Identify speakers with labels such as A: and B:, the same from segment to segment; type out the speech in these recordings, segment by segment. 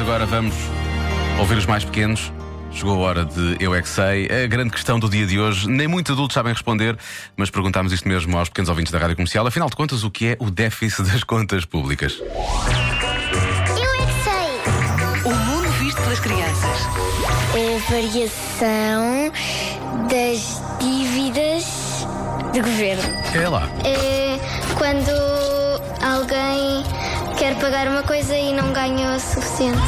A: agora vamos ouvir os mais pequenos. Chegou a hora de Eu É Que Sei. A grande questão do dia de hoje, nem muitos adultos sabem responder, mas perguntámos isto mesmo aos pequenos ouvintes da Rádio Comercial. Afinal de contas, o que é o déficit das contas públicas?
B: Eu é que sei.
C: O mundo visto pelas crianças.
B: É a variação das dívidas de governo.
A: É lá.
B: É quando alguém quer pagar uma coisa e não ganha o suficiente.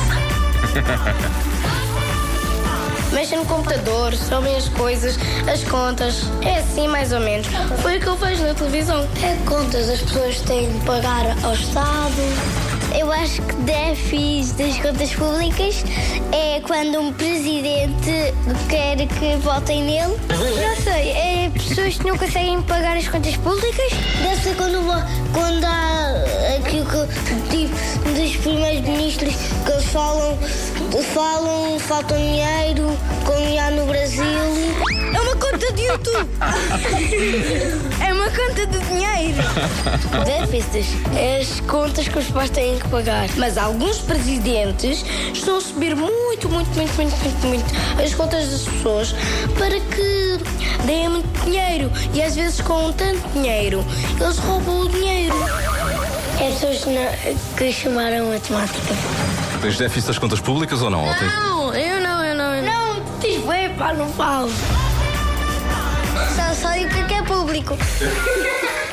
B: Mexem no computador, sobem as coisas, as contas. É assim, mais ou menos. Foi o que eu vejo na televisão. É contas, as pessoas têm de pagar ao Estado. Eu acho que déficit das contas públicas é quando um presidente quer que votem nele. Não sei, é pessoas que não conseguem pagar as contas públicas. Deve ser quando, uma- quando há aqui que, tipo, dos primeiros ministros que eles falam, falam, faltam dinheiro, como há no Brasil. É uma conta de YouTube! É uma conta de dinheiro. Déficits. As contas que os pais têm que pagar. Mas alguns presidentes estão a subir muito, muito, muito, muito, muito, muito as contas das pessoas para que deem muito dinheiro. E às vezes com tanto dinheiro, eles roubam o dinheiro. É pessoas que chamaram matemática.
D: Tens déficit das contas públicas ou não? Ou tens-
B: Não, eu não, eu não. Eu não, não diz bem, pá, não falo. Só sei o que é que é público.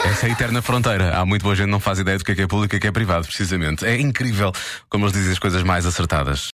A: Essa é a eterna fronteira. Há muito boa gente que não faz ideia do que é que é público e o que é que é privado, precisamente. É incrível como eles dizem as coisas mais acertadas.